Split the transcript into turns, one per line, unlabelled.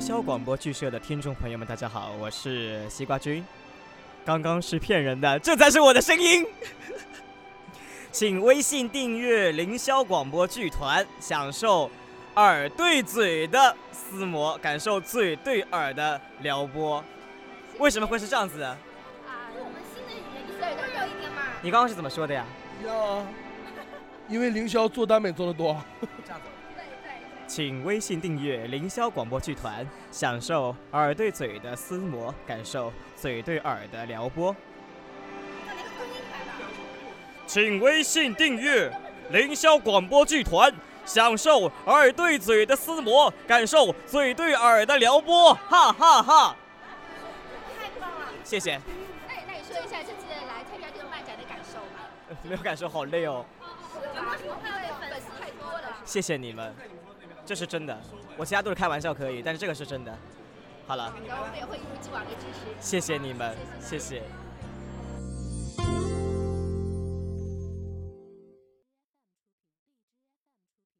霄广播剧社的听众朋友们，大家好，我是西瓜君。刚刚是骗人的，这才是我的声音。 请微信订阅凌霄广播剧团，享受耳对嘴的撕磨，感受嘴对耳的撩拨。为什么会是这样子呢？
啊，我们新的语言就是多有一点嘛。
你刚刚是怎么说的呀？
一样啊，因为凌霄做耽美做的多。
对对
请微信订阅凌霄广播剧团，享受耳对嘴的撕磨，感受嘴对耳的撩拨。
对，做了一个公益版的。
请微信订阅凌霄广播剧团，享受耳对嘴的撕磨，感受嘴对耳的撩拨，哈哈哈！
太棒了！
谢谢，
那你那你说一下这次来参加这个漫展的感受吧。
没有感受，好累哦。
主要是因为粉丝太多了。
谢谢你们，这是真的，我其他都是开玩笑可以，但是这个是真的。好了，
然后我们也会一如既往的支持。
谢谢你们，谢谢。